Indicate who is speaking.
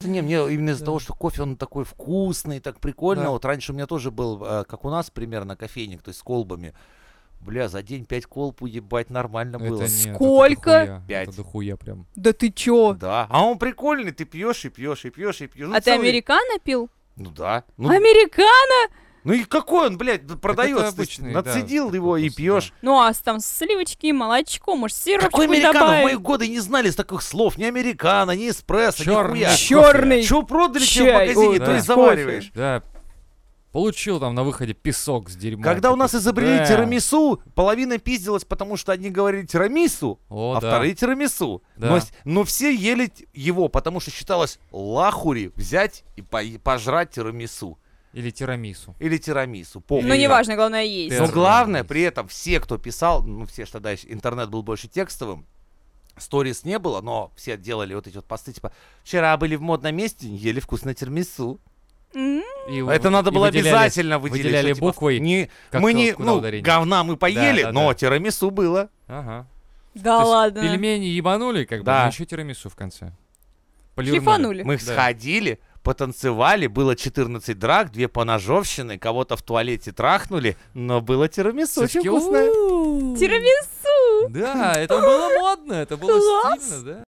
Speaker 1: Да Не, мне именно из-за
Speaker 2: Да.
Speaker 1: того, что кофе, он такой вкусный, так прикольно.
Speaker 2: Да.
Speaker 1: Вот раньше у меня тоже был, э, как у нас примерно, кофейник, то есть с колбами. Бля, за день пять колб уебать нормально было.
Speaker 2: Это нет,
Speaker 3: Сколько?
Speaker 2: Это дохуя,
Speaker 1: Пять.
Speaker 2: это дохуя прям.
Speaker 3: Да ты чё?
Speaker 1: Да. А он прикольный, ты пьешь и пьешь и пьешь и пьешь. Ну,
Speaker 3: А ты
Speaker 1: целый-
Speaker 3: американо пил?
Speaker 1: Ну да. Ну,
Speaker 3: Американо?
Speaker 1: ну и какой он, блядь, продается? Ты
Speaker 2: обычный, да,
Speaker 1: Нацедил
Speaker 2: такой
Speaker 1: его и
Speaker 2: вкус, да.
Speaker 1: пьешь.
Speaker 3: Ну, а с- там сливочки, молочко, может, сиропчику
Speaker 1: Какой американо? В мои
Speaker 3: добавить?
Speaker 1: годы не знали таких слов. Ни американо, ни эспрессо,
Speaker 2: Чёрный
Speaker 1: ни хуя.
Speaker 2: щ-
Speaker 3: Черный.
Speaker 1: Чё продали тебе в
Speaker 3: чай.
Speaker 1: магазине,
Speaker 2: Ой,
Speaker 1: то
Speaker 2: да.
Speaker 1: и завариваешь.
Speaker 2: Да. Получил там на выходе песок с дерьмом.
Speaker 1: Когда у нас изобрели
Speaker 2: Да.
Speaker 1: тирамису, половина пиздилась, потому что одни говорили тирамису,
Speaker 2: О,
Speaker 1: а
Speaker 2: да.
Speaker 1: вторые тирамису. Но,
Speaker 2: Да.
Speaker 1: с- но все ели т- его, потому что считалось лахури взять и пои- пожрать тирамису.
Speaker 2: Или тирамису.
Speaker 1: Или тирамису, помню.
Speaker 3: Ну, неважно, главное,
Speaker 1: Но
Speaker 3: есть.
Speaker 2: Тер-
Speaker 1: главное,
Speaker 2: тирамису.
Speaker 1: при этом все, кто писал, ну все ж тогда ещё интернет был больше текстовым, сторис не было, но все делали вот эти вот посты, типа, вчера были в модном месте, ели вкусно тирамису.
Speaker 3: М,
Speaker 2: И
Speaker 1: А Это
Speaker 2: вы-
Speaker 1: надо
Speaker 2: и
Speaker 1: было
Speaker 2: выделяли-
Speaker 1: обязательно выделить.
Speaker 2: выделяли
Speaker 1: что, типа,
Speaker 2: буквой,
Speaker 1: не-
Speaker 2: как
Speaker 1: мы
Speaker 2: то-
Speaker 1: не,
Speaker 2: куда
Speaker 1: ну,
Speaker 2: ударение.
Speaker 1: говна мы поели,
Speaker 2: да,
Speaker 1: но
Speaker 2: да.
Speaker 1: тирамису было.
Speaker 2: Ага.
Speaker 3: Да
Speaker 2: То есть
Speaker 3: ладно.
Speaker 2: Пельмени ебанули, как бы,
Speaker 1: Да.
Speaker 2: но еще тирамису в конце. Полирнули.
Speaker 3: Шлифанули.
Speaker 1: Мы
Speaker 2: Да.
Speaker 1: сходили, потанцевали, было 14 драк, две поножовщины, кого-то в туалете трахнули, но было тирамису очень
Speaker 2: Всё-таки,
Speaker 1: вкусное.
Speaker 2: «У-у-у».
Speaker 3: Тирамису.
Speaker 2: Да, это было модно, это было
Speaker 3: Класс.
Speaker 2: стильно, да.